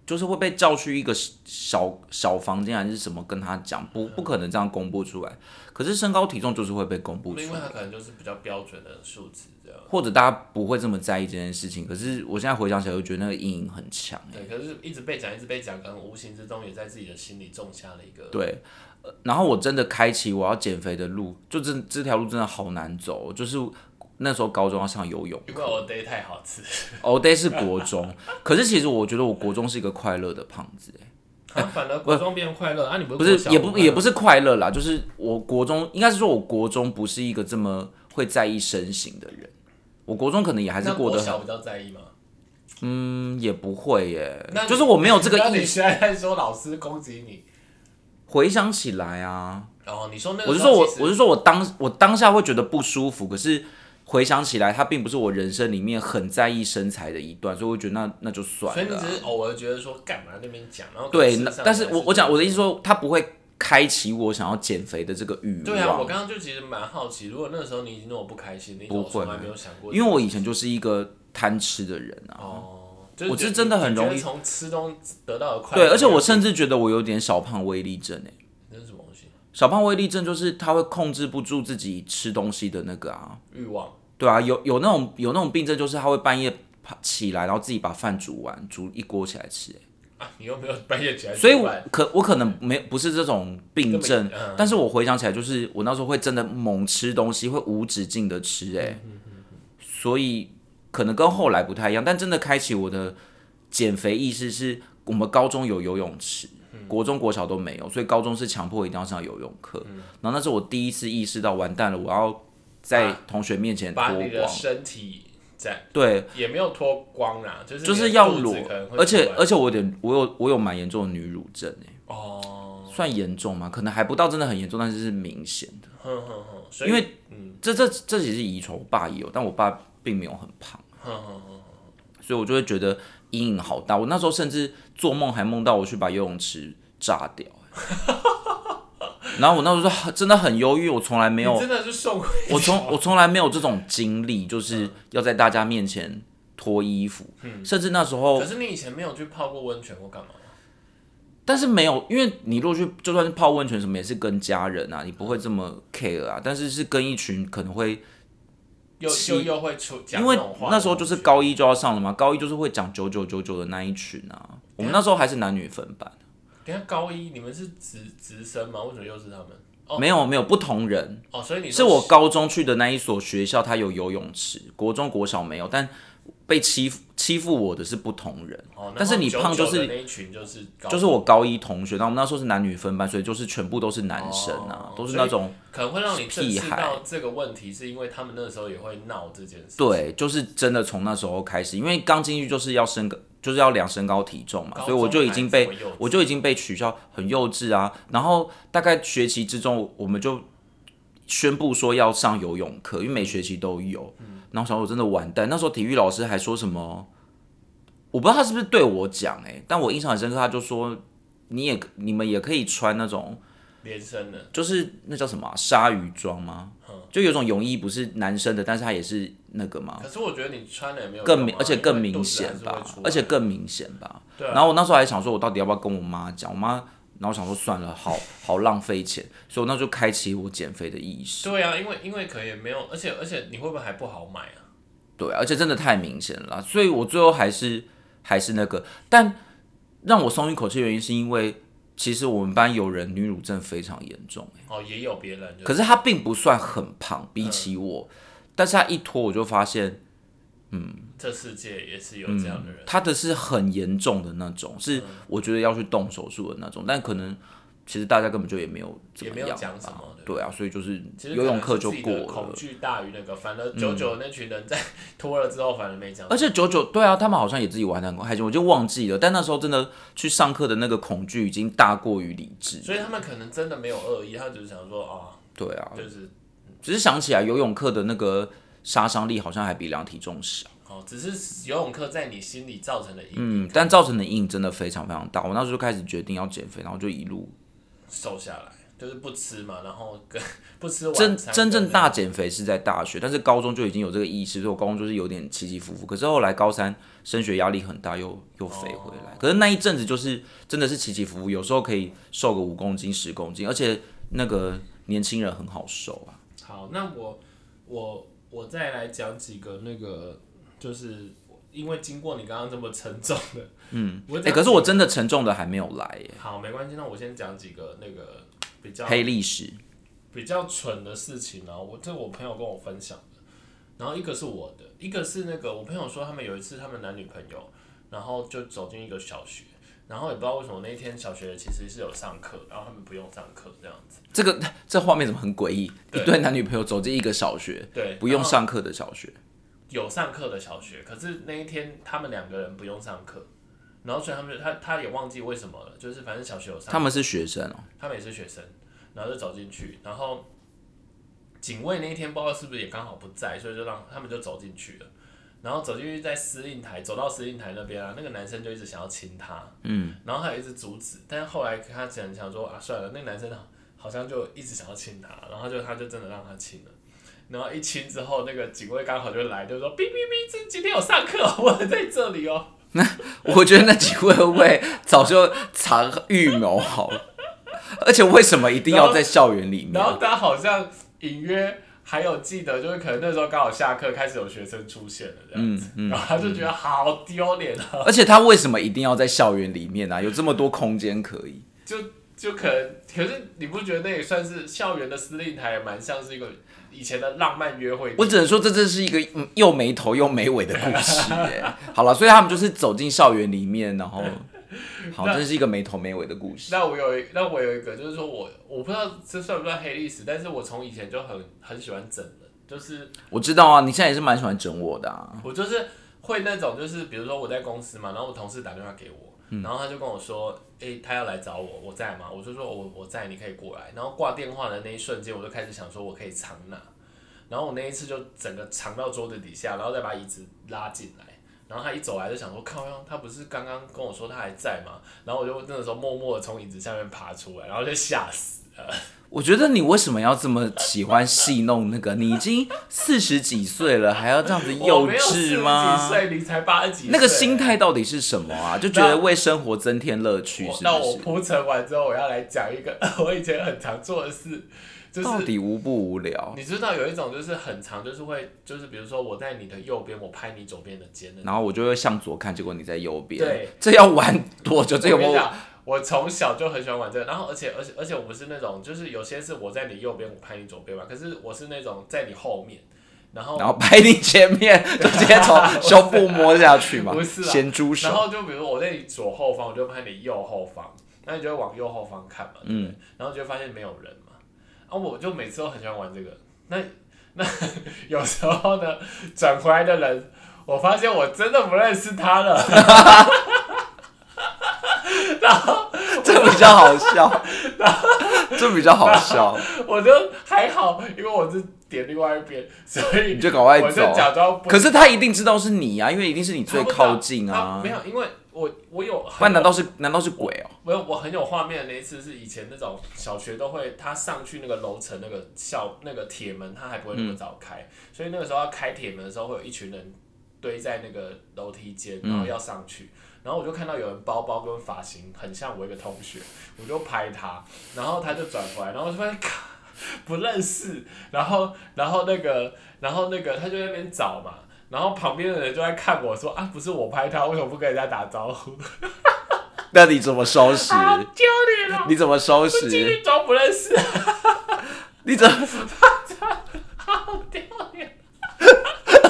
Speaker 1: 就是会被叫去一个小小房间还是什么跟他讲，不不可能这样公布出来。可是身高体重就是会被公布
Speaker 2: 因
Speaker 1: 出
Speaker 2: 为
Speaker 1: 来
Speaker 2: 他，可能就是比较标准的数值这样。
Speaker 1: 或者大家不会这么在意这件事情。可是我现在回想起来，就觉得那个阴影很强、欸。
Speaker 2: 对，可是一直被讲，一直被讲，可能无形之中也在自己的心里种下了一个。
Speaker 1: 对，呃然后我真的开启我要减肥的路，就这这条路真的好难走哦。就是那时候高中要上游泳
Speaker 2: 因为我 day 太好吃，
Speaker 1: 哦 day 是国中，可是其实我觉得我国中是一个快乐的胖子，哎
Speaker 2: 啊反而国中变快乐啊！你不
Speaker 1: 不
Speaker 2: 是
Speaker 1: 是也不也
Speaker 2: 不
Speaker 1: 不是快乐啦，就是我国中应该是说我国中不是一个这么会在意身形的人，我国中可能也还是过得很
Speaker 2: 小比较在意吗？
Speaker 1: 嗯也不会耶
Speaker 2: 那，你
Speaker 1: 就是我没有这个
Speaker 2: 那
Speaker 1: 意
Speaker 2: 你
Speaker 1: 识。
Speaker 2: 现在在说老师攻击你，
Speaker 1: 回想起来啊，
Speaker 2: 然后你说那个
Speaker 1: 我是
Speaker 2: 时候
Speaker 1: 说我
Speaker 2: 其，实
Speaker 1: 我是说我当我当下会觉得不舒服，可是回想起来，它并不是我人生里面很在意身材的一段，所以我觉得那那就算
Speaker 2: 所以
Speaker 1: 了
Speaker 2: 你
Speaker 1: 啊、
Speaker 2: 只是偶尔觉得说干嘛那边讲，然后可
Speaker 1: 对，
Speaker 2: 能
Speaker 1: 那
Speaker 2: 事实上
Speaker 1: 但是
Speaker 2: 还
Speaker 1: 我我讲我的意思
Speaker 2: 是
Speaker 1: 说，它不会开启我想要减肥的这个欲望。
Speaker 2: 对啊，我刚刚就其实蛮好奇，如果那时候你已经那么不开心，你怎么
Speaker 1: 不会
Speaker 2: 从来没有想过？
Speaker 1: 因为我以前就是一个贪吃的人啊。
Speaker 2: 哦，就是
Speaker 1: 我是
Speaker 2: 觉得
Speaker 1: 真的很
Speaker 2: 你觉得
Speaker 1: 容易
Speaker 2: 从吃东西得到的快乐。
Speaker 1: 对，而且我甚至觉得我有点小胖威力症诶、
Speaker 2: 那是什么东西？
Speaker 1: 小胖威力症就是他会控制不住自己吃东西的那个啊，
Speaker 2: 欲望
Speaker 1: 对啊，有有那种有那种病症，就是他会半夜爬起来，然后自己把饭煮完，煮一锅起来吃、欸
Speaker 2: 啊，你又没有半夜起来煮饭，
Speaker 1: 所以我可我可能没不是这种病症
Speaker 2: 根本嗯，
Speaker 1: 但是我回想起来，就是我那时候会真的猛吃东西，会无止境的吃、欸，哎、
Speaker 2: 嗯
Speaker 1: 所以可能跟后来不太一样，但真的开启我的减肥意识是，我们高中有游泳池。
Speaker 2: 嗯
Speaker 1: 国中、国小都
Speaker 2: 嗯
Speaker 1: 没有，所以高中是强迫一定要上游泳课。然后那是我第一次意识到，完蛋了，我要在同学面前脱
Speaker 2: 把
Speaker 1: 光
Speaker 2: 你，的身体在
Speaker 1: 对，
Speaker 2: 也没有脱光啦，就是
Speaker 1: 就
Speaker 2: 就是
Speaker 1: 要裸，而且而且
Speaker 2: 且
Speaker 1: 我有点我有我有蛮严重的女乳症哎、
Speaker 2: 哦，
Speaker 1: 算严重吗？可能还不到真的很严重，但是是明显的。
Speaker 2: 哼哼哼，所以
Speaker 1: 因为
Speaker 2: 嗯，
Speaker 1: 这这这其实是遗传，我爸也有，但我爸并没有很胖，
Speaker 2: 哼哼哼，
Speaker 1: 所以我就会觉得阴影好大。我那时候甚至做梦还梦到我去把游泳池炸掉、欸然后我那时候就真的很忧郁，我从来没有
Speaker 2: 你真的是送回
Speaker 1: 我从我从来没有这种经历，就是
Speaker 2: 嗯
Speaker 1: 要在大家面前脱衣服，甚至那时候
Speaker 2: 可，是你以前没有去泡过温泉或干嘛吗？
Speaker 1: 但是没有，因为你如果去就算是泡温泉什么，也是跟家人啊，你不会这么 care 啊，但是是跟一群可能会，
Speaker 2: 又
Speaker 1: 其
Speaker 2: 又又会出讲
Speaker 1: 因为
Speaker 2: 种话，
Speaker 1: 那时候就是高一就要上了嘛，高一就是会讲九九九九的那一群啊，我们那时候还是男女分班，
Speaker 2: 等一下高一你们是直直升吗？为什么又是他们？哦
Speaker 1: 没有没有不同人，
Speaker 2: 哦，所以你
Speaker 1: 是我高中去的那一所学校，它有游泳池，国中国小没有，但被欺负欺负我的是不同人。
Speaker 2: 哦，
Speaker 1: 但是你胖就是
Speaker 2: 然后99的那一群就是高
Speaker 1: 就是我高一同学，那我们那时候是男女分班，所以就是全部都是男生啊，
Speaker 2: 哦
Speaker 1: 都是那种
Speaker 2: 可能会让你正
Speaker 1: 屁
Speaker 2: 视
Speaker 1: 孩
Speaker 2: 到这个问题，是因为他们那时候也会闹这件事。
Speaker 1: 对，就是真的从那时候开始，因为刚进去就是要身高，就是要量身高体重嘛，所以我就已经被
Speaker 2: 高中还这么幼稚
Speaker 1: 我就已经被取消，很幼稚啊。然后大概学期之中，我们就宣布说要上游泳课，因为每学期都有。
Speaker 2: 嗯
Speaker 1: 然后想说我真的完蛋，那时候体育老师还说什么，我不知道他是不是对我讲哎、但我印象很深刻，他就说你也你们也可以穿那种。
Speaker 2: 连身的，
Speaker 1: 就是那叫什么啊鲨、鱼装吗？
Speaker 2: 嗯
Speaker 1: 就有一种泳衣不是男生的，但是它也是那个吗？
Speaker 2: 可是我觉得你穿了也没有
Speaker 1: 更
Speaker 2: 用啊
Speaker 1: 明，而且更明显
Speaker 2: 因为
Speaker 1: 吧
Speaker 2: 肚子还是会出，来
Speaker 1: 而且更明显吧。
Speaker 2: 对啊
Speaker 1: 然后我那时候还想说，我到底要不要跟我妈讲？我妈，然后我想说算了，好好浪费钱，所以我那就开启我减肥的意识。
Speaker 2: 对啊，因为因为可能也没有，而且而且你会不会还不好买啊？
Speaker 1: 对啊，而且真的太明显了啦，所以我最后还是还是那个，但让我松一口气的原因是因为，其实我们班有人女乳症非常严重、欸
Speaker 2: 哦，也有别人就
Speaker 1: 可是他并不算很胖，比
Speaker 2: 嗯
Speaker 1: 起我，但是他一脱我就发现
Speaker 2: 这世界也是有
Speaker 1: 嗯
Speaker 2: 这样的人，
Speaker 1: 他的是很严重的那种，
Speaker 2: 嗯
Speaker 1: 是我觉得要去动手术的那种，但可能其实大家根本就也没有怎么
Speaker 2: 也没
Speaker 1: 样
Speaker 2: 有讲什
Speaker 1: 吧
Speaker 2: 么，
Speaker 1: 对啊，所以就是
Speaker 2: 其实
Speaker 1: 游泳课就
Speaker 2: 可能是
Speaker 1: 过
Speaker 2: 自己的恐
Speaker 1: 了，
Speaker 2: 惧大于那个，反而九九那群人在脱了之后反而没讲，
Speaker 1: 而且九九对啊，他们好像也自己玩的很开心，我就忘记了，但那时候真的去上课的那个恐惧已经大过于理智，
Speaker 2: 所以他们可能真的没有恶意，他只是想说啊、
Speaker 1: 对啊，
Speaker 2: 就是
Speaker 1: 只是想起来游泳课的那个杀伤力好像还比量体重小。
Speaker 2: 哦，只是游泳课在你心里造成的阴影
Speaker 1: 嗯，但造成的阴影真的非常非常大。我那时候就开始决定要减肥，然后就一路
Speaker 2: 瘦下来，就是不吃嘛，然后跟 不吃晚
Speaker 1: 真
Speaker 2: 餐
Speaker 1: 真
Speaker 2: 跟
Speaker 1: 正大减肥是在大学，但是高中就已经有这个意识，所以我高中就是有点起起伏伏。可是后来高三升学压力很大，又又肥回
Speaker 2: 哦
Speaker 1: 来。可是那一阵子就是真的是起起伏伏，有时候可以瘦个五公斤、十公斤，而且那个年轻人很好瘦啊。
Speaker 2: 好，那我我我再来讲几个那个，就是因为经过你刚刚这么沉重的，嗯，我
Speaker 1: 哎、
Speaker 2: 讲
Speaker 1: 可是
Speaker 2: 几
Speaker 1: 我真的沉重的还没有来耶，
Speaker 2: 好没关系，那我先讲几个那个比较
Speaker 1: 黑历史。
Speaker 2: 比较蠢的事情啊，我这我朋友跟我分享的，然后一个是我的，一个是那个我朋友说他们有一次他们男女朋友，然后就走进一个小学，然后也不知道为什么那一天小学其实是有上课，然后他们不用上课这样子，
Speaker 1: 这个这画面怎么很诡异？一对男女朋友走进一个小学，
Speaker 2: 对，
Speaker 1: 不用
Speaker 2: 然后
Speaker 1: 上课的小学，
Speaker 2: 有上课的小学，可是那一天他们两个人不用上课，然后所以他们就他他也忘记为什么了，就是反正小学有上，
Speaker 1: 他们是学生哦、
Speaker 2: 他们也是学生，然后就走进去，然后警卫那一天不知道是不是也刚好不在，所以就让他们就走进去了。然后走进去，在司令台走到司令台那边啊，那个男生就一直想要亲她，嗯，然后他也一直阻止，但是后来他只能想说啊，算了，那个男生好好像就一直想要亲她，然后就他就真的让他亲了，然后一亲之后，那个警卫刚好就来，就说哔哔哔，这今天有上课 哦，我在这里哦，
Speaker 1: 我觉得那几位会不会早就藏预谋好了？而且为什么一定要在校园里面
Speaker 2: 然？后大家好像隐约还有记得，就是可能那时候刚好下课，开始有学生出现了这样子，然后他就觉得好丢脸啊，
Speaker 1: 嗯而且他为什么一定要在校园里面呢、啊有这么多空间可以？
Speaker 2: 就就可能，可是你不觉得那也算是校园的司令台，也蛮像是一个以前的浪漫约会地？
Speaker 1: 我只能说，这真是一个嗯又没头又没尾的故事 耶。好了，所以他们就是走进校园里面，然后，好，
Speaker 2: 那
Speaker 1: 真是一个没头没尾的故事。
Speaker 2: 那我有一，那我有一个，就是说我我不知道这算不算黑历史，但是我从以前就很很喜欢整人，就是
Speaker 1: 我知道啊，你现在也是蛮喜欢整我的啊。
Speaker 2: 我就是会那种，就是比如说我在公司嘛，然后我同事打电话给我，
Speaker 1: 嗯
Speaker 2: 然后他就跟我说，诶，他要来找我，我在吗？我就说哦我我在，你可以过来。然后挂电话的那一瞬间，我就开始想说我可以藏哪，然后我那一次就整个藏到桌子底下，然后再把椅子拉进来。然后他一走来就想说，靠他不是刚刚跟我说他还在吗？然后我就那个时候默默的从椅子下面爬出来，然后就吓死了。
Speaker 1: 我觉得你为什么要这么喜欢戏弄那个？你已经四十几岁了，还要这样子幼
Speaker 2: 我没有四十
Speaker 1: 稚
Speaker 2: 几
Speaker 1: 吗？
Speaker 2: 岁，你才八十几岁，
Speaker 1: 那个心态到底是什么啊？就觉得为生活增添乐趣，
Speaker 2: 我
Speaker 1: 是
Speaker 2: 那
Speaker 1: 不
Speaker 2: 我
Speaker 1: 是？
Speaker 2: 铺陈完之后，我要来讲一个 我以前很常做的事，就
Speaker 1: 到
Speaker 2: 是
Speaker 1: 底无不无聊？
Speaker 2: 你知道有一种就是很常就是会就是比如说我在你的右边，我拍你左边的肩的。
Speaker 1: 然后我就会向左看，结果你在右边
Speaker 2: 对，
Speaker 1: 这要玩多久？这有
Speaker 2: 我
Speaker 1: 没
Speaker 2: 跟你
Speaker 1: 有？
Speaker 2: 讲，我从小就很喜欢玩这个，然后而且而且而且我不是那种就是有些是我在你右边，我拍你左边嘛，可是我是那种在你后面，然后
Speaker 1: 然后拍你前面， 就直接从胸部摸下去嘛
Speaker 2: 不，是啊
Speaker 1: 咸猪
Speaker 2: 然
Speaker 1: 手。
Speaker 2: 后就比如我在你左后方，我就拍你右后方，那你就会往右后方看嘛，对
Speaker 1: 嗯
Speaker 2: 不对？然后就会发现没有人嘛，啊，我就每次都很喜欢玩这个。那那 有时候呢，转回来的人，我发现我真的不认识他了，
Speaker 1: 这比较好笑， 这比较好笑，
Speaker 2: 我就还好，因为我是点另外一边，所以
Speaker 1: 你就赶快
Speaker 2: 我就
Speaker 1: 走。啊
Speaker 2: 假装不
Speaker 1: 可是他一定知道是你啊，因为一定是你最
Speaker 2: 他不知道
Speaker 1: 靠近啊
Speaker 2: 他没。有，因为我我有
Speaker 1: 不然难道是难道是鬼哦、
Speaker 2: 我有我很有画面的那一次是以前那种小学都会，他上去那个楼层那个校那个铁门，他还不会那么早开，所以那个时候要开铁门的时候，会有一群人堆在那个楼梯间，然后要上去。然后我就看到有人包包跟发型很像我一个同学，我就拍他，然后他就转过来，然后我就发现， 咔不认识，然后然后那个然后那个他就在那边找嘛，然后旁边的人就在看我说啊，不是我拍他，为什么不跟人家打招呼？
Speaker 1: 那你怎么收拾？
Speaker 2: 啊，丢脸了！
Speaker 1: 你怎么收
Speaker 2: 继
Speaker 1: 拾？
Speaker 2: 续装不认识，
Speaker 1: 你怎么？
Speaker 2: 好丢脸！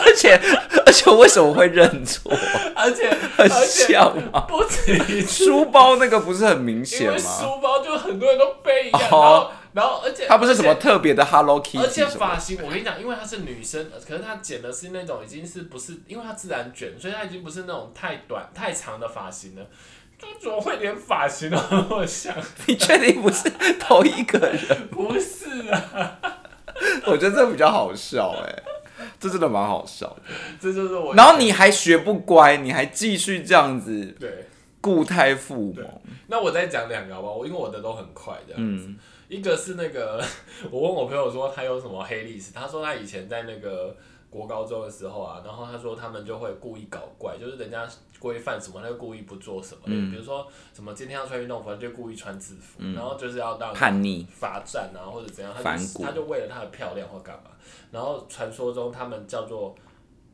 Speaker 1: 而且而且为什么会认错？
Speaker 2: 而且
Speaker 1: 很
Speaker 2: 而且
Speaker 1: 像吗？
Speaker 2: 不 止一次，
Speaker 1: 书包那个不是很明
Speaker 2: 因
Speaker 1: 显
Speaker 2: 为
Speaker 1: 吗？
Speaker 2: 书包就很多人都背一样，然
Speaker 1: 哦
Speaker 2: 后然后而且
Speaker 1: 它不是什么。特别的 Hello
Speaker 2: 而
Speaker 1: Kitty
Speaker 2: 且
Speaker 1: 什么
Speaker 2: 发型，我跟你讲，因为她是女生，可是她剪的是那种已经是不是，因为她自然卷，所以她已经不是那种太短太长的发型了。就怎么会连发型都那么像？
Speaker 1: 的？你确定不是同一个 人？
Speaker 2: 不是啊，
Speaker 1: 我觉得这比较好笑哎、这真的蛮好笑的。
Speaker 2: 这就是我。
Speaker 1: 然后你还学不乖，你还继续这样子
Speaker 2: 对，
Speaker 1: 固态附
Speaker 2: 对
Speaker 1: 魔。
Speaker 2: 那我再讲两个好不好？我因为我的都很快这样子。
Speaker 1: 嗯
Speaker 2: 一个是那个， 我问我朋友说他有什么黑历史，他说他以前在那个国高中的时候啊，然后他说他们就会故意搞怪，就是人家规范什么，他就故意不做什么。
Speaker 1: 嗯
Speaker 2: 比如说什么今天要穿运动服，他就故意穿制服，然后就是要让
Speaker 1: 叛逆，
Speaker 2: 罚站啊，或者怎样，他
Speaker 1: 嗯反
Speaker 2: 就
Speaker 1: 骨
Speaker 2: 他就为了她的漂亮或干嘛。然后传说中她们叫做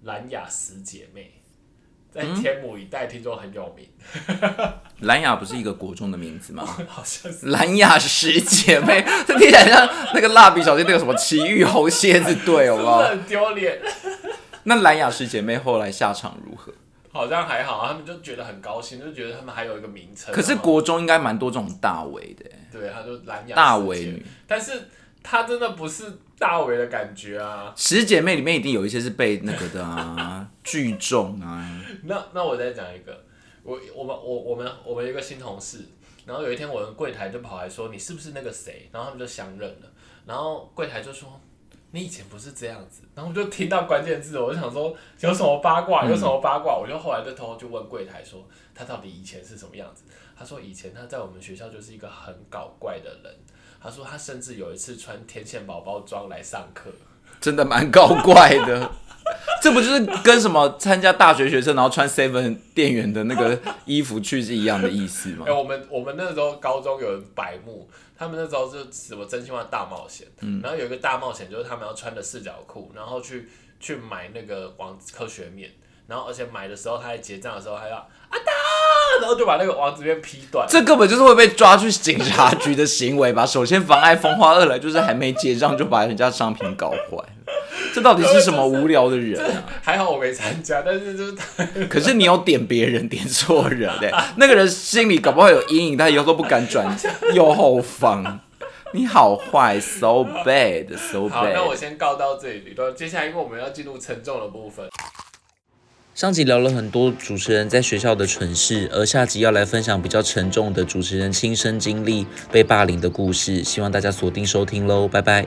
Speaker 2: 兰雅十姐妹，在
Speaker 1: 嗯
Speaker 2: 天母一带听说很有名，
Speaker 1: 蓝雅不是一个国中的名字吗？
Speaker 2: 好像是。
Speaker 1: 蓝雅十姐妹，这听起来像那个蜡笔小新那个什么奇遇猴蝎子队，
Speaker 2: 是
Speaker 1: 好
Speaker 2: 不
Speaker 1: 不
Speaker 2: 是
Speaker 1: 好？
Speaker 2: 很丢脸？
Speaker 1: 那蓝雅十姐妹后来下场如何？
Speaker 2: 好像还好，他们就觉得很高兴，就觉得他们还有一个名称。
Speaker 1: 可是
Speaker 2: 然后
Speaker 1: 国中应该蛮多这种大尾的、
Speaker 2: 对，他就蓝牙
Speaker 1: 大
Speaker 2: 世
Speaker 1: 尾
Speaker 2: 界
Speaker 1: 女，
Speaker 2: 但是他真的不是大伟的感觉啊。
Speaker 1: 十姐妹里面一定有一些是被那个的啊，聚众啊，
Speaker 2: 那那我再讲一个，我我们我我们我们有一个新同事，然后有一天我们柜台就跑来说你是不是那个谁，然后他们就相认了，然后柜台就说。你以前不是这样子，然后我就听到关键字，我就想说有什么八卦，有什么八卦，我就后来就偷偷就问柜台说他到底以前是什么样子。他说以前他在我们学校就是一个很搞怪的人，他说他甚至有一次穿天线宝宝装来上课，
Speaker 1: 真的蛮搞怪的。 这不就是跟什么参加大学学生然后穿 seven 店员的那个衣服去是一样的意思吗
Speaker 2: 哎、？我们我们那时候高中有人白目，他们那时候是什么真心话大冒险，
Speaker 1: 嗯
Speaker 2: 然后有一个大冒险就是他们要穿着四角裤，然后去去买那个王科学面，然后而且买的时候他在结账的时候还要啊哒，然后就把那个王子面劈断。
Speaker 1: 这根本就是会被抓去警察局的行为吧？首先妨碍风化，二来就是还没结账就把人家商品搞坏了，这到底是什么无聊的人啊？
Speaker 2: 还好我没参加，但是就是 他
Speaker 1: 可是你有点别人，啊点错人嘞、那个人心里搞不好有阴影，他以后都不敢转右后方。
Speaker 3: 你好坏，so bad，so
Speaker 2: 好，那我
Speaker 3: bad。
Speaker 2: 先告到这里，然后接下来因为我们要进入沉重的部分，
Speaker 3: 上集聊了很多主持人在学校的蠢事，而下集要来分享比较沉重的主持人亲身经历被霸凌的故事，希望大家锁定收听喽，拜拜。